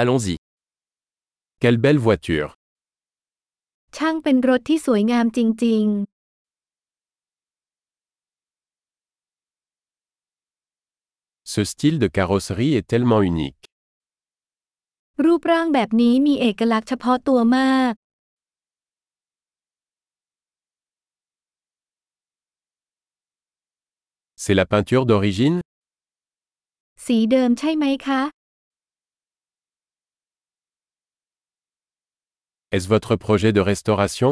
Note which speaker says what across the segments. Speaker 1: Allons-y. Quelle belle voiture.
Speaker 2: ช่างเป็นรถที่สวยงามจริง
Speaker 1: Ce style de carrosserie est tellement unique.
Speaker 2: ๆ รูปร่างแบบนี้มีเอกลักษณ์เฉพาะตัวมาก
Speaker 1: C'est la peinture d'origine
Speaker 2: สีเดิมใช่ไหมคะ
Speaker 1: Est-ce votre projet de restauration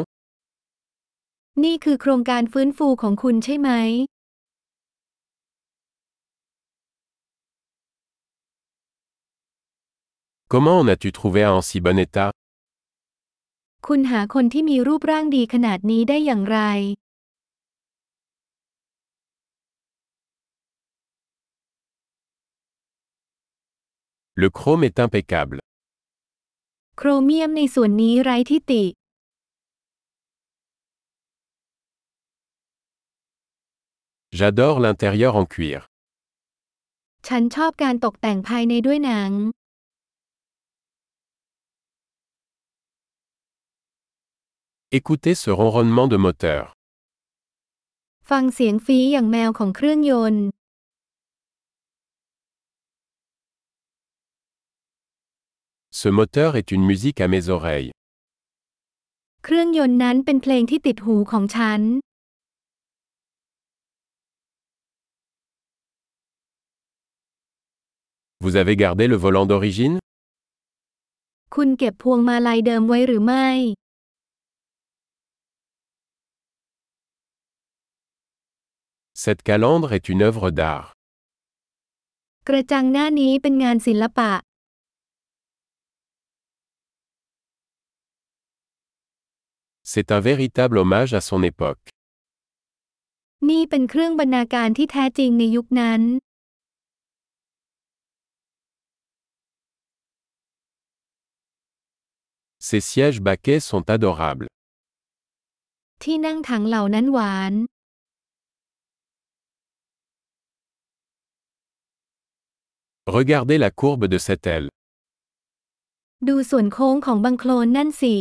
Speaker 2: นี่คือโครงการฟื้นฟูของคุณใช่ไหม
Speaker 1: Comment en as-tu trouvé un en si bon état
Speaker 2: คุณหาคนที่มีรูปร่างดีขนาดนี้ได้อย่างไร
Speaker 1: Le chrome est impeccable.
Speaker 2: โครเมียมในส่วนนี้ไร้ที่ติ
Speaker 1: J'adore l'intérieur en cuir.
Speaker 2: ฉันชอบการตกแต่งภายในด้วยหนัง
Speaker 1: Écoutez ce ronronnement de moteur.
Speaker 2: ฟังเสียงฟีอย่างแมวของเครื่องยนต์
Speaker 1: Ce moteur est une musique à mes oreilles.
Speaker 2: เครื่องยนต์นั้นเป็นเพลงที่ติดหูของฉัน
Speaker 1: Vous avez gardé le volant d'origine
Speaker 2: คุณเก็บพวงมาลัยเดิมไว้หรือไม่
Speaker 1: Cette calandre est une œuvre d'art.
Speaker 2: กระจังหน้านี้เป็นงานศิลปะ
Speaker 1: C'est un véritable hommage à son époque.
Speaker 2: นี่เป็นเครื่องบรรณาการที่แท้จริงในยุคนั้น
Speaker 1: Ces sièges baquets sont adorables.
Speaker 2: ที่นั่งถังเหล่านั้นหวาน
Speaker 1: Regardez la courbe de cette aile.
Speaker 2: ดูส่วนโค้งของบังโคลนนั่นสิ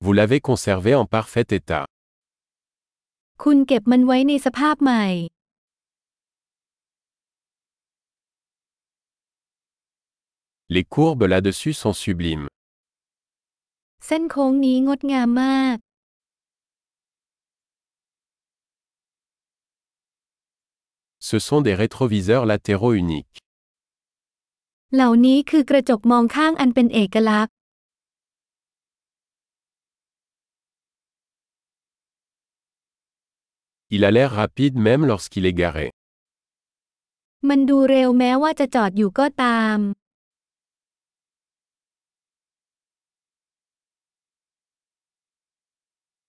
Speaker 1: Vous l'avez conservé en parfait état.
Speaker 2: คุณเก็บมันไว้ในสภาพใหม่
Speaker 1: Les courbes là-dessus sont sublimes.
Speaker 2: เส้นโค้งนี้งดงามมาก
Speaker 1: Ce sont des rétroviseurs latéraux uniques.
Speaker 2: เหล่านี้คือกระจกมองข้างอันเป็นเอกลักษณ์
Speaker 1: Il a l'air rapide même lorsqu'il est garé.
Speaker 2: มันดูเร็วแม้ว่าจะจอดอยู่ก็ตาม